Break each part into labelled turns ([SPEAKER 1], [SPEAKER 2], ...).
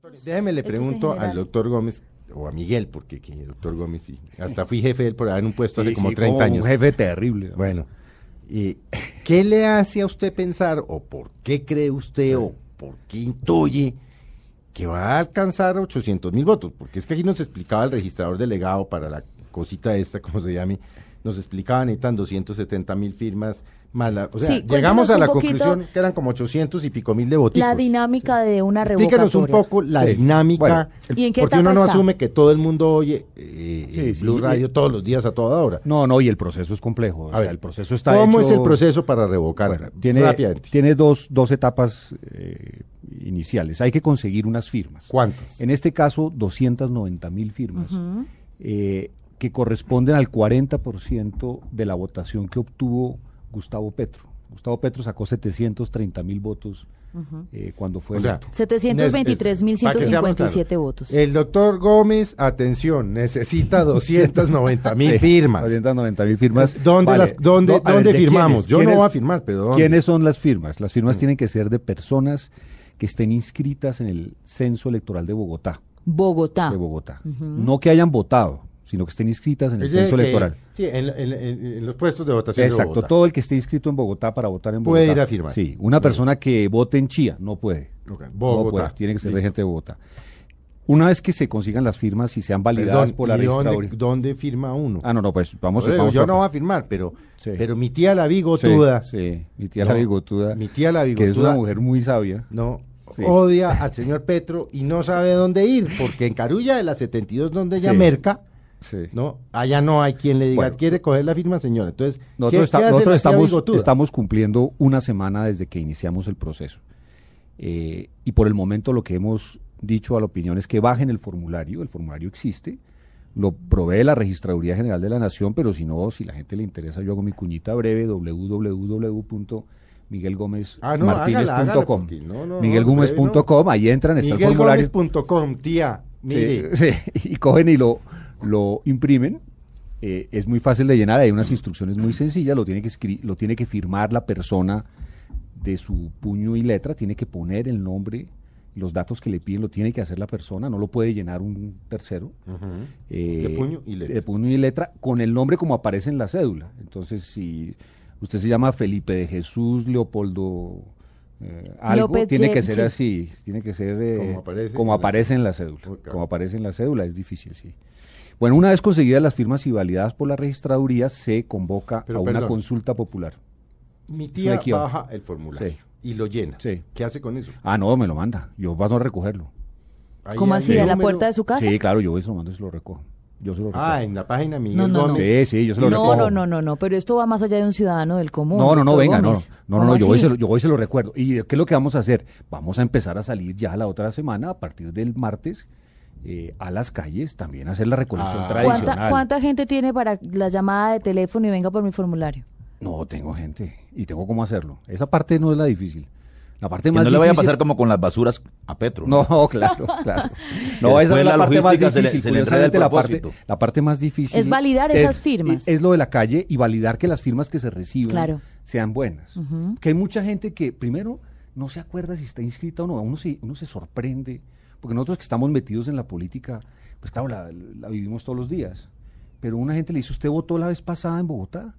[SPEAKER 1] Pues,
[SPEAKER 2] Déjeme le pregunto al doctor Gómez, o a Miguel, porque que el doctor Gómez, sí, hasta fui jefe de él por haber un puesto hace
[SPEAKER 3] Sí,
[SPEAKER 2] como
[SPEAKER 3] sí,
[SPEAKER 2] 30 años.
[SPEAKER 3] Un jefe terrible.
[SPEAKER 2] Bueno, y, ¿qué le hace a usted pensar, o por qué cree usted, o por qué intuye que va a alcanzar 800 mil votos? Porque es que aquí nos explicaba el registrador delegado para la cosita esta, como se llame, nos explicaba, necesitan 270 mil firmas. Más la- o sea,
[SPEAKER 1] Sí,
[SPEAKER 2] llegamos
[SPEAKER 1] cuéntenos
[SPEAKER 2] a
[SPEAKER 1] un
[SPEAKER 2] la
[SPEAKER 1] poquito
[SPEAKER 2] conclusión que eran como 800 y pico mil de votos.
[SPEAKER 1] La dinámica de una revocatoria.
[SPEAKER 2] Explíquenos un poco la
[SPEAKER 3] Sí.
[SPEAKER 2] dinámica,
[SPEAKER 1] Bueno, ¿Y en qué
[SPEAKER 2] porque
[SPEAKER 1] etapa
[SPEAKER 2] uno no
[SPEAKER 1] está?
[SPEAKER 2] asume que todo el mundo oye eh,
[SPEAKER 3] Sí, sí,
[SPEAKER 2] Blue
[SPEAKER 3] y-
[SPEAKER 2] Radio todos los días a toda hora.
[SPEAKER 3] No, no, y el proceso es complejo. o
[SPEAKER 2] A
[SPEAKER 3] sea,
[SPEAKER 2] ver,
[SPEAKER 3] el proceso está
[SPEAKER 2] ¿Cómo
[SPEAKER 3] hecho-
[SPEAKER 2] es el proceso para revocar?
[SPEAKER 3] Bueno, tiene,
[SPEAKER 2] Rápidamente.
[SPEAKER 3] tiene dos, dos etapas eh, iniciales. Hay que conseguir unas firmas.
[SPEAKER 2] ¿Cuántas?
[SPEAKER 3] En este caso, 290 mil firmas
[SPEAKER 1] Ujú.
[SPEAKER 3] eh, que corresponden al 40% de la votación que obtuvo Gustavo Petro. Gustavo Petro sacó 730 mil votos eh, cuando fue
[SPEAKER 2] O sea,
[SPEAKER 3] electo.
[SPEAKER 1] 723.157
[SPEAKER 2] Para que
[SPEAKER 1] votos.
[SPEAKER 3] Eh,
[SPEAKER 2] El doctor Gómez, atención, necesita 290 mil firmas.
[SPEAKER 3] 290 mil firmas.
[SPEAKER 2] ¿Dónde,
[SPEAKER 3] Vale,
[SPEAKER 2] las- dónde,
[SPEAKER 3] no, a ver,
[SPEAKER 2] dónde
[SPEAKER 3] ¿de
[SPEAKER 2] firmamos?
[SPEAKER 3] quiénes?
[SPEAKER 2] Yo no
[SPEAKER 3] ¿Quiénes-
[SPEAKER 2] voy a firmar, pero ¿dónde? Mm.
[SPEAKER 3] ¿Quiénes son las firmas? Las firmas tienen que ser de personas que estén inscritas en el censo electoral de Bogotá.
[SPEAKER 1] Bogotá.
[SPEAKER 3] de Bogotá.
[SPEAKER 1] Ah. Ujú.
[SPEAKER 3] No que hayan votado, sino que estén inscritas en el
[SPEAKER 2] Es de
[SPEAKER 3] censo
[SPEAKER 2] que-
[SPEAKER 3] electoral.
[SPEAKER 2] Sí, en, en- en- en los puestos de votación. de
[SPEAKER 3] Exacto,
[SPEAKER 2] Bogotá.
[SPEAKER 3] todo el que esté inscrito en Bogotá para votar en Bogotá.
[SPEAKER 2] Puede ir a firmar.
[SPEAKER 3] Sí, una persona que vote en Chía no puede.
[SPEAKER 2] Ok,
[SPEAKER 3] No
[SPEAKER 2] Bogotá.
[SPEAKER 3] puede, tiene que ser de
[SPEAKER 2] Listo.
[SPEAKER 3] gente de Bogotá. Una vez que se consigan las firmas y sean validadas
[SPEAKER 2] Perdón,
[SPEAKER 3] por la
[SPEAKER 2] ¿y dónde,
[SPEAKER 3] registraduría.
[SPEAKER 2] dónde firma uno?
[SPEAKER 3] Ah, no, no, pues vamos,
[SPEAKER 2] Por eso,
[SPEAKER 3] vamos
[SPEAKER 2] yo
[SPEAKER 3] por-
[SPEAKER 2] no voy a firmar, pero,
[SPEAKER 3] Sí.
[SPEAKER 2] pero mi tía la
[SPEAKER 3] Sí,
[SPEAKER 2] bigotuda,
[SPEAKER 3] sí, mi tía
[SPEAKER 2] No,
[SPEAKER 3] la bigotuda,
[SPEAKER 2] mi tía la
[SPEAKER 3] que es
[SPEAKER 2] bigotuda,
[SPEAKER 3] una mujer muy sabia.
[SPEAKER 2] no
[SPEAKER 3] Sí.
[SPEAKER 2] odia al señor Petro y no sabe dónde ir, porque en Carulla de la 72, donde ella
[SPEAKER 3] Sí.
[SPEAKER 2] merca,
[SPEAKER 3] Sí.
[SPEAKER 2] no, allá no hay quien le diga,
[SPEAKER 3] Bueno.
[SPEAKER 2] quiere coger la firma, señora. Entonces,
[SPEAKER 3] Nosotros, está-
[SPEAKER 2] hace
[SPEAKER 3] nosotros
[SPEAKER 2] la tía
[SPEAKER 3] estamos,
[SPEAKER 2] bigotuda?
[SPEAKER 3] estamos cumpliendo una semana desde que iniciamos el proceso. Eh, y por el momento lo que hemos dicho a la opinión es que bajen el formulario, el formulario existe, lo provee la Registraduría General de la Nación, pero si no, si la gente le interesa, yo hago mi cuñita breve,
[SPEAKER 2] Ah, no, hágala, hágala,
[SPEAKER 3] www.miguelgomezmartinez.com.
[SPEAKER 2] porque no, no, no,
[SPEAKER 3] Miguelgomez.com, ahí entran, está el formulario.
[SPEAKER 2] MiguelGomez.com, tía, mire.
[SPEAKER 3] Sí, sí, y cogen y lo, lo imprimen. Eh, es muy fácil de llenar, hay unas instrucciones muy sencillas, lo tiene, que escri- lo tiene que firmar la persona de su puño y letra, tiene que poner el nombre, los datos que le piden, lo tiene que hacer la persona, no lo puede llenar un tercero.
[SPEAKER 2] Ujú.
[SPEAKER 3] Eh,
[SPEAKER 2] De puño y letra.
[SPEAKER 3] de puño y letra, con el nombre como aparece en la cédula. Entonces, si usted se llama Felipe de Jesús Leopoldo eh, algo,
[SPEAKER 1] López
[SPEAKER 3] tiene que
[SPEAKER 1] Yen-
[SPEAKER 3] ser
[SPEAKER 1] sí.
[SPEAKER 3] así, tiene que ser
[SPEAKER 2] Como
[SPEAKER 3] eh,
[SPEAKER 2] aparece
[SPEAKER 3] como
[SPEAKER 2] en la
[SPEAKER 3] aparece en la cédula.
[SPEAKER 2] Muy claro.
[SPEAKER 3] Como aparece en la cédula, es difícil, sí. Bueno, una vez conseguidas las firmas y validadas por la registraduría, se convoca
[SPEAKER 2] Pero,
[SPEAKER 3] a una
[SPEAKER 2] perdón.
[SPEAKER 3] consulta popular.
[SPEAKER 2] Mi
[SPEAKER 3] un
[SPEAKER 2] tía
[SPEAKER 3] equivoco.
[SPEAKER 2] baja el formulario
[SPEAKER 3] Sí.
[SPEAKER 2] y lo llena.
[SPEAKER 3] Sí.
[SPEAKER 2] ¿Qué hace con eso?
[SPEAKER 3] Ah, no, me lo manda. Yo paso a recogerlo.
[SPEAKER 2] Ahí
[SPEAKER 1] ¿Cómo
[SPEAKER 2] hay
[SPEAKER 1] así?
[SPEAKER 2] el
[SPEAKER 1] ¿A la
[SPEAKER 2] número.
[SPEAKER 1] puerta de su casa?
[SPEAKER 3] Sí, claro, yo voy y se lo mando y se lo recojo. Yo se lo recojo.
[SPEAKER 2] Ah, en la página Miguel
[SPEAKER 1] No, no, no.
[SPEAKER 2] Gómez.
[SPEAKER 3] sí, sí, yo se lo
[SPEAKER 1] No,
[SPEAKER 3] recojo.
[SPEAKER 1] no, no, no, no, pero esto va más allá de un ciudadano del común.
[SPEAKER 3] No, no, no,
[SPEAKER 1] doctor
[SPEAKER 3] venga, no, no,
[SPEAKER 1] Gómez.
[SPEAKER 3] no, no,
[SPEAKER 1] ¿Cómo
[SPEAKER 3] yo, voy, y
[SPEAKER 1] así?
[SPEAKER 3] se lo, yo voy y se lo recuerdo. ¿Y qué es lo que vamos a hacer? Vamos a empezar a salir ya la otra semana, a partir del martes, eh, a las calles, también a hacer la recolección
[SPEAKER 2] Ah.
[SPEAKER 3] tradicional.
[SPEAKER 1] ¿Cuánta, ¿Cuánta gente tiene para la llamada de teléfono y venga por mi formulario?
[SPEAKER 3] No, tengo gente, y tengo cómo hacerlo. Esa parte no es la difícil. La parte
[SPEAKER 4] Que
[SPEAKER 3] más
[SPEAKER 4] no le vaya a
[SPEAKER 3] difícil-
[SPEAKER 4] pasar como con las basuras a Petro.
[SPEAKER 3] No, claro, claro. No,
[SPEAKER 4] después
[SPEAKER 3] esa es la,
[SPEAKER 4] la
[SPEAKER 3] parte más
[SPEAKER 4] logística se
[SPEAKER 3] difícil.
[SPEAKER 4] le- se le enreda el
[SPEAKER 3] curiosamente, la, parte,
[SPEAKER 4] propósito.
[SPEAKER 3] la parte más difícil.
[SPEAKER 1] Es validar esas firmas.
[SPEAKER 3] Es lo de la calle y validar que las firmas que se reciban
[SPEAKER 1] Claro.
[SPEAKER 3] sean buenas.
[SPEAKER 1] Ujú.
[SPEAKER 3] Que hay mucha gente que, primero, no se acuerda si está inscrita o no. Uno se, uno se sorprende. Porque nosotros que estamos metidos en la política, pues claro, la, la vivimos todos los días. Pero una gente le dice, ¿usted votó la vez pasada en Bogotá?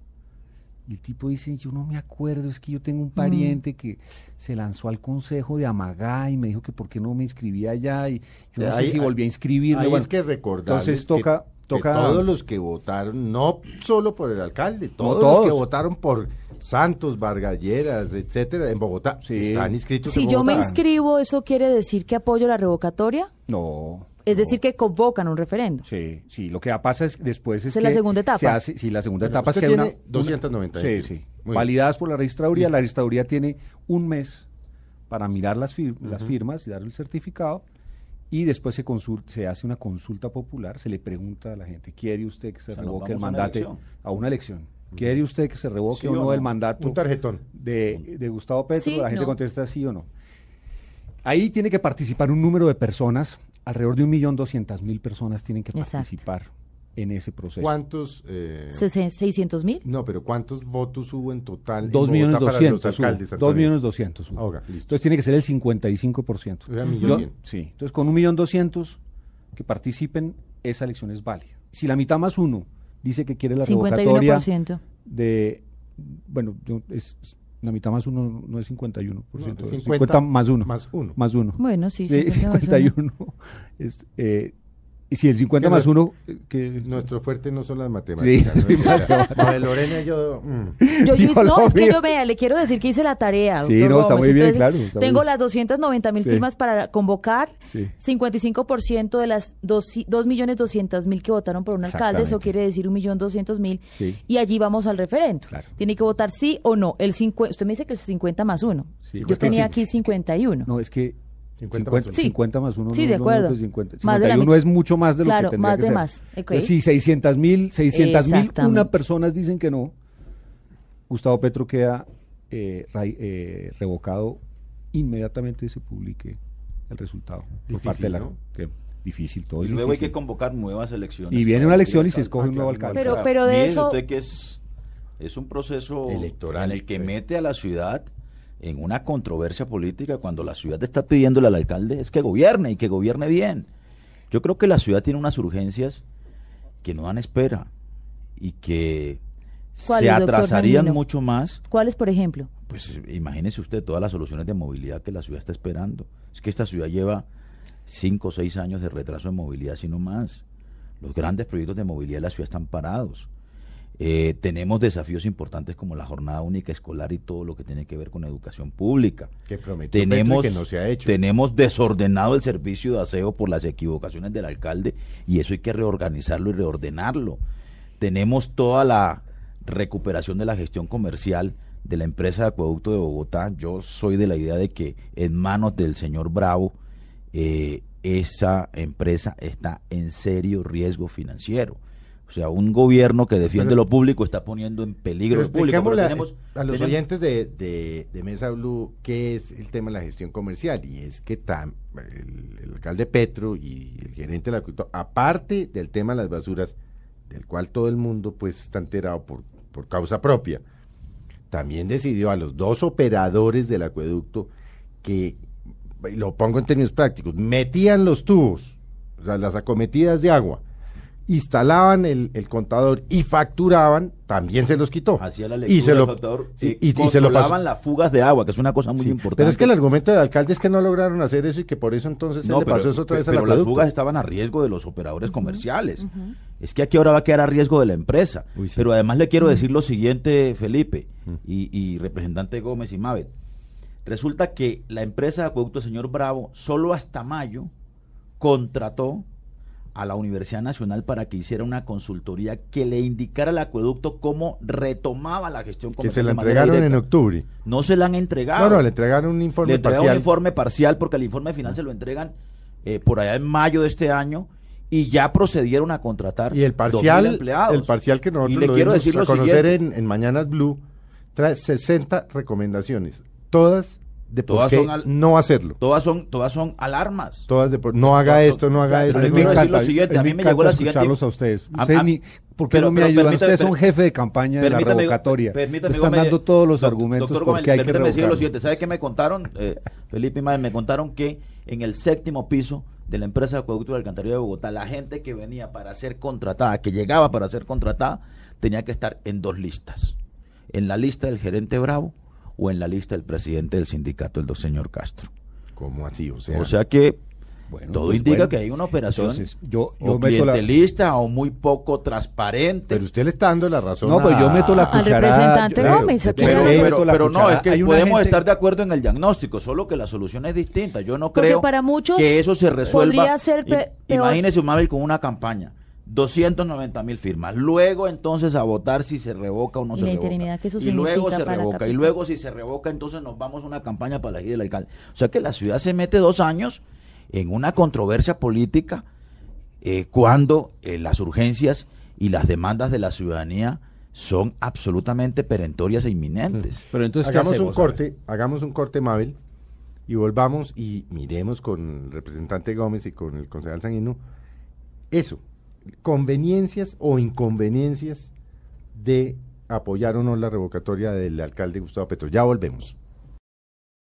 [SPEAKER 3] Y el tipo dice, yo no me acuerdo, es que yo tengo un pariente que se lanzó al consejo de Amagá y me dijo que por qué no me inscribía allá y yo no
[SPEAKER 2] Ahí-
[SPEAKER 3] sé si volví a
[SPEAKER 2] ahí-
[SPEAKER 3] inscribirme.
[SPEAKER 2] Ahí
[SPEAKER 3] bueno.
[SPEAKER 2] es que recordar.
[SPEAKER 3] entonces toca- toca-
[SPEAKER 2] todos los que votaron, no solo por el alcalde, todos, los
[SPEAKER 3] todos.
[SPEAKER 2] que votaron por Santos, Vargalleras, etcétera, en Bogotá,
[SPEAKER 3] Sí.
[SPEAKER 2] están inscritos.
[SPEAKER 1] Si
[SPEAKER 2] en
[SPEAKER 1] yo me
[SPEAKER 2] Bogotá.
[SPEAKER 1] inscribo, ¿eso quiere decir que apoyo la revocatoria?
[SPEAKER 3] No.
[SPEAKER 1] Es
[SPEAKER 3] no.
[SPEAKER 1] decir, que convocan un referendo.
[SPEAKER 3] Sí, sí, lo que pasa es que después es
[SPEAKER 1] Esa es la
[SPEAKER 3] que
[SPEAKER 1] segunda etapa.
[SPEAKER 3] Se hace, sí, la segunda
[SPEAKER 2] Bueno,
[SPEAKER 3] etapa es
[SPEAKER 2] usted
[SPEAKER 3] que hay
[SPEAKER 2] tiene
[SPEAKER 3] una- una...
[SPEAKER 2] 290.
[SPEAKER 3] Sí, sí.
[SPEAKER 2] Muy
[SPEAKER 3] Validadas por la registraduría.
[SPEAKER 2] Listo.
[SPEAKER 3] La registraduría tiene un mes para mirar las, fir- las firmas y dar el certificado. Y después se, consul- se hace una consulta popular, se le pregunta a la gente, ¿quiere usted que se
[SPEAKER 4] O sea, nos
[SPEAKER 3] revoque el
[SPEAKER 4] vamos a una
[SPEAKER 3] mandato?
[SPEAKER 4] elección.
[SPEAKER 3] A una elección. ¿Quiere usted que se revoque
[SPEAKER 4] ¿Sí
[SPEAKER 3] o
[SPEAKER 4] o
[SPEAKER 3] no,
[SPEAKER 4] no?
[SPEAKER 3] el mandato?
[SPEAKER 2] Un tarjetón.
[SPEAKER 3] de, de Gustavo Petro,
[SPEAKER 1] Sí,
[SPEAKER 3] la gente
[SPEAKER 1] no.
[SPEAKER 3] contesta sí o no. Ahí tiene que participar un número de personas, alrededor de un millón doscientas mil personas tienen que
[SPEAKER 1] Exacto.
[SPEAKER 3] participar en ese proceso.
[SPEAKER 2] ¿Cuántos? eh,
[SPEAKER 1] Sesen- 600 mil.
[SPEAKER 2] no, pero ¿cuántos votos hubo en total? en
[SPEAKER 3] 2
[SPEAKER 2] Bogotá
[SPEAKER 3] millones
[SPEAKER 2] para
[SPEAKER 3] 200.
[SPEAKER 2] los alcaldes. Antonio?
[SPEAKER 3] 2 millones 200.
[SPEAKER 2] Ah, ok, listo.
[SPEAKER 3] Entonces tiene que ser el 55%.
[SPEAKER 2] O sea, millón
[SPEAKER 3] Yo-
[SPEAKER 2] cien.
[SPEAKER 3] sí. Entonces con un millón 200 que participen, esa elección es válida. Si la mitad más uno dice que quiere la revocatoria
[SPEAKER 1] 51%.
[SPEAKER 3] de... Bueno, yo- es, es- la mitad más uno no es 51%.
[SPEAKER 2] No, 50
[SPEAKER 3] es 50 más uno.
[SPEAKER 2] más uno.
[SPEAKER 3] Más uno.
[SPEAKER 1] Bueno, sí,
[SPEAKER 3] Sí,
[SPEAKER 1] 50 más uno.
[SPEAKER 3] 51. Es, eh, y si el 50
[SPEAKER 2] Es que
[SPEAKER 3] más
[SPEAKER 2] no-
[SPEAKER 3] uno... eh, que,
[SPEAKER 2] Nuestro fuerte no son las matemáticas.
[SPEAKER 3] Sí,
[SPEAKER 2] ¿no? O sea, lo de Lorena yo... mm.
[SPEAKER 1] Yo, yo-
[SPEAKER 3] Yo
[SPEAKER 1] no,
[SPEAKER 3] lo
[SPEAKER 1] es que
[SPEAKER 3] veo.
[SPEAKER 1] yo vea, le quiero decir que hice la tarea.
[SPEAKER 3] Sí,
[SPEAKER 1] doctor
[SPEAKER 3] no, está
[SPEAKER 1] Gómez.
[SPEAKER 3] muy bien, claro, está
[SPEAKER 1] tengo
[SPEAKER 3] muy bien.
[SPEAKER 1] las 290 mil
[SPEAKER 3] Sí.
[SPEAKER 1] firmas para convocar.
[SPEAKER 3] Sí.
[SPEAKER 1] 55% de las 2.200.000 que votaron por un alcalde, eso
[SPEAKER 3] Exactamente.
[SPEAKER 1] quiere decir 1.200.000.
[SPEAKER 3] Sí.
[SPEAKER 1] Y allí vamos al referendo.
[SPEAKER 3] Claro.
[SPEAKER 1] Tiene que votar sí o no. El cincu- usted me dice que es 50 más 1.
[SPEAKER 3] Sí,
[SPEAKER 1] Yo tenía
[SPEAKER 3] 55.
[SPEAKER 1] aquí 51.
[SPEAKER 3] No, es que
[SPEAKER 2] 50
[SPEAKER 3] 50
[SPEAKER 2] más
[SPEAKER 3] más
[SPEAKER 2] uno.
[SPEAKER 3] 1,
[SPEAKER 1] Sí. Sí,
[SPEAKER 3] más uno no
[SPEAKER 1] de
[SPEAKER 3] es lo mismo
[SPEAKER 1] acuerdo.
[SPEAKER 3] que 50.
[SPEAKER 1] Más de la
[SPEAKER 3] 51
[SPEAKER 1] mitad.
[SPEAKER 3] es mucho más de lo
[SPEAKER 1] Claro,
[SPEAKER 3] que tendría
[SPEAKER 1] más
[SPEAKER 3] que
[SPEAKER 1] de
[SPEAKER 3] ser.
[SPEAKER 1] más, ok.
[SPEAKER 3] Entonces, si 600 mil, 600 mil,
[SPEAKER 1] Exactamente.
[SPEAKER 3] una personas dicen que no, Gustavo Petro queda eh, ra- eh, revocado inmediatamente se publique el resultado por
[SPEAKER 2] Difícil,
[SPEAKER 3] parte de la
[SPEAKER 2] ¿no?
[SPEAKER 3] que- difícil todo
[SPEAKER 4] Y
[SPEAKER 3] es
[SPEAKER 4] luego hay que
[SPEAKER 3] difícil.
[SPEAKER 4] convocar nuevas elecciones.
[SPEAKER 3] y viene
[SPEAKER 4] para
[SPEAKER 3] una
[SPEAKER 4] elegir
[SPEAKER 3] elección y se
[SPEAKER 4] alcalde.
[SPEAKER 3] escoge un nuevo
[SPEAKER 2] Ah, claro,
[SPEAKER 3] alcalde.
[SPEAKER 1] Pero-
[SPEAKER 4] Claro.
[SPEAKER 1] pero de
[SPEAKER 4] Mire
[SPEAKER 1] eso-
[SPEAKER 4] usted que es, es un proceso
[SPEAKER 2] Electoral,
[SPEAKER 4] en el que
[SPEAKER 2] eh.
[SPEAKER 4] mete a la ciudad en una controversia política cuando la ciudad está pidiéndole al alcalde es que gobierne y que gobierne bien. Yo creo que la ciudad tiene unas urgencias que no dan espera y que
[SPEAKER 1] ¿Cuál
[SPEAKER 4] se
[SPEAKER 1] es, doctor
[SPEAKER 4] atrasarían
[SPEAKER 1] Sandino?
[SPEAKER 4] mucho más
[SPEAKER 1] ¿Cuáles, por ejemplo?
[SPEAKER 4] pues eh, imagínese usted todas las soluciones de movilidad que la ciudad está esperando. Es que esta ciudad lleva cinco o seis años de retraso en movilidad, si no más. Los grandes proyectos de movilidad de la ciudad están parados. Eh, tenemos desafíos importantes como la jornada única escolar y todo lo que tiene que ver con educación pública.
[SPEAKER 2] Que prometió
[SPEAKER 4] Tenemos,
[SPEAKER 2] Petro y que no se ha hecho.
[SPEAKER 4] tenemos desordenado el servicio de aseo por las equivocaciones del alcalde y eso hay que reorganizarlo y reordenarlo. Tenemos toda la recuperación de la gestión comercial de la empresa de acueducto de Bogotá. Yo soy de la idea de que en manos del señor Bravo eh, esa empresa está en serio riesgo financiero. O sea, un gobierno que defiende
[SPEAKER 2] Pero-
[SPEAKER 4] lo público está poniendo en peligro
[SPEAKER 2] Pero
[SPEAKER 4] lo público. Pero
[SPEAKER 2] explicámosle a-
[SPEAKER 4] tenemos-
[SPEAKER 2] a los
[SPEAKER 4] tenemos-
[SPEAKER 2] oyentes de, de- de Mesa Blue qué es el tema de la gestión comercial y es que tam- el, el alcalde Petro y el gerente del acueducto, aparte del tema de las basuras, del cual todo el mundo pues está enterado por, por causa propia, también decidió a los dos operadores del acueducto que, y lo pongo en términos prácticos, metían los tubos, o sea, las acometidas de agua, instalaban el, el contador y facturaban, también se los quitó.
[SPEAKER 4] hacía la
[SPEAKER 2] y se
[SPEAKER 4] lectura
[SPEAKER 2] lo,
[SPEAKER 4] del factor,
[SPEAKER 2] y-
[SPEAKER 4] eh,
[SPEAKER 2] y- y se lo pasó.
[SPEAKER 4] controlaban las fugas de agua, que es una cosa muy
[SPEAKER 2] Sí,
[SPEAKER 4] importante.
[SPEAKER 2] Pero es que el argumento del alcalde es que no lograron hacer eso y que por eso entonces él
[SPEAKER 4] No,
[SPEAKER 2] le
[SPEAKER 4] pero,
[SPEAKER 2] pasó eso otra
[SPEAKER 4] pe-
[SPEAKER 2] vez al
[SPEAKER 4] pero las
[SPEAKER 2] acueducto.
[SPEAKER 4] fugas estaban a riesgo de los operadores comerciales. Es que aquí ahora va a quedar a riesgo de la empresa.
[SPEAKER 2] Uy, sí.
[SPEAKER 4] Pero además le quiero decir lo siguiente, Felipe, y, y representante Gómez y Mavet. Resulta que la empresa de acueducto señor Bravo solo hasta mayo contrató a la Universidad Nacional para que hiciera una consultoría que le indicara al acueducto cómo retomaba la gestión
[SPEAKER 2] que se
[SPEAKER 4] comercial.
[SPEAKER 2] la
[SPEAKER 4] de manera
[SPEAKER 2] entregaron en
[SPEAKER 4] directa.
[SPEAKER 2] octubre.
[SPEAKER 4] No se la han entregado.
[SPEAKER 2] No, no, le entregaron un informe
[SPEAKER 4] Le entregaron
[SPEAKER 2] parcial.
[SPEAKER 4] un informe parcial porque el informe final se lo entregan eh, por allá en mayo de este año y ya procedieron a contratar
[SPEAKER 2] Y el
[SPEAKER 4] 2.000
[SPEAKER 2] parcial,
[SPEAKER 4] empleados.
[SPEAKER 2] el parcial que nosotros
[SPEAKER 4] y le
[SPEAKER 2] lo
[SPEAKER 4] quiero
[SPEAKER 2] dimos
[SPEAKER 4] decir
[SPEAKER 2] a
[SPEAKER 4] lo
[SPEAKER 2] conocer
[SPEAKER 4] siguiente,
[SPEAKER 2] en, en Mañanas Blue, trae 60 recomendaciones, todas de por
[SPEAKER 4] Todas
[SPEAKER 2] qué
[SPEAKER 4] son al-
[SPEAKER 2] no hacerlo.
[SPEAKER 4] todas son todas son alarmas.
[SPEAKER 2] Todas de por no haga
[SPEAKER 4] Todas son-
[SPEAKER 2] esto, no haga
[SPEAKER 4] Claro,
[SPEAKER 2] esto.
[SPEAKER 4] pero
[SPEAKER 2] no
[SPEAKER 4] le quiero
[SPEAKER 2] haga
[SPEAKER 4] decir lo
[SPEAKER 2] esto.
[SPEAKER 4] siguiente, a mí me
[SPEAKER 3] encanta
[SPEAKER 4] llegó la siguiente-
[SPEAKER 3] escucharlos a ustedes.
[SPEAKER 4] A-
[SPEAKER 3] Ustedes
[SPEAKER 4] a-
[SPEAKER 3] ni- ¿Por qué
[SPEAKER 4] pero-
[SPEAKER 3] no me
[SPEAKER 4] pero
[SPEAKER 3] ayudan?
[SPEAKER 4] permítame-
[SPEAKER 3] Ustedes son
[SPEAKER 4] per-
[SPEAKER 3] jefe de campaña de la
[SPEAKER 4] Permítame-
[SPEAKER 3] revocatoria. Le
[SPEAKER 4] permítame,
[SPEAKER 3] están
[SPEAKER 4] Gómez,
[SPEAKER 3] dando todos los
[SPEAKER 4] doc-
[SPEAKER 3] argumentos
[SPEAKER 4] doctor
[SPEAKER 3] por
[SPEAKER 4] Gómez,
[SPEAKER 3] qué hay que
[SPEAKER 4] permítame decirle lo
[SPEAKER 3] revocarlo.
[SPEAKER 4] siguiente, ¿sabe qué me contaron? Eh, Felipe y Maes, me contaron que en el séptimo piso de la empresa de acueducto de alcantarilla de Bogotá, la gente que venía para ser contratada, que llegaba para ser contratada, tenía que estar en dos listas. En la lista del gerente Bravo o en la lista del presidente del sindicato, el do- señor Castro.
[SPEAKER 2] ¿Cómo así? O sea,
[SPEAKER 4] o sea que
[SPEAKER 3] Bueno,
[SPEAKER 4] todo
[SPEAKER 3] pues
[SPEAKER 4] indica
[SPEAKER 3] bueno.
[SPEAKER 4] que hay una operación
[SPEAKER 3] Entonces, yo, yo
[SPEAKER 4] o
[SPEAKER 3] meto la,
[SPEAKER 4] clientelista o muy poco transparente.
[SPEAKER 2] pero usted le está dando la razón.
[SPEAKER 3] No, pero yo
[SPEAKER 2] a-
[SPEAKER 3] meto la
[SPEAKER 2] a-
[SPEAKER 1] Al
[SPEAKER 3] cucharada.
[SPEAKER 1] representante
[SPEAKER 3] yo- claro,
[SPEAKER 1] Gómez, aquí
[SPEAKER 3] yo
[SPEAKER 4] Pero,
[SPEAKER 2] Pero-
[SPEAKER 4] pero-
[SPEAKER 3] meto la
[SPEAKER 4] pero no,
[SPEAKER 3] cucharada.
[SPEAKER 4] es que
[SPEAKER 3] Hay una
[SPEAKER 4] podemos
[SPEAKER 3] gente-
[SPEAKER 4] estar de acuerdo en el diagnóstico, solo que la solución es distinta. Yo no
[SPEAKER 1] Porque
[SPEAKER 4] creo
[SPEAKER 1] para muchos
[SPEAKER 4] que eso se resuelva.
[SPEAKER 1] podría ser pe-
[SPEAKER 4] I-
[SPEAKER 1] peor.
[SPEAKER 4] Imagínese un Mabel con una campaña. 290 mil firmas. Luego entonces a votar si se revoca o no
[SPEAKER 1] Y
[SPEAKER 4] se
[SPEAKER 1] la
[SPEAKER 4] revoca.
[SPEAKER 1] interinidad que eso
[SPEAKER 4] y luego
[SPEAKER 1] significa
[SPEAKER 4] se
[SPEAKER 1] para la
[SPEAKER 4] revoca. Y
[SPEAKER 1] capital.
[SPEAKER 4] luego si se revoca entonces nos vamos a una campaña para elegir el alcalde. O sea que la ciudad se mete dos años en una controversia política eh, cuando eh, las urgencias y las demandas de la ciudadanía son absolutamente perentorias e inminentes.
[SPEAKER 3] Pero entonces, ¿qué
[SPEAKER 2] hagamos
[SPEAKER 3] hacemos?
[SPEAKER 2] un
[SPEAKER 3] A ver.
[SPEAKER 2] corte, hagamos un corte, Mabel, y volvamos y miremos con el representante Gómez y con el concejal Sanguino eso, conveniencias o inconveniencias de apoyar o no la revocatoria del alcalde Gustavo Petro. Ya volvemos.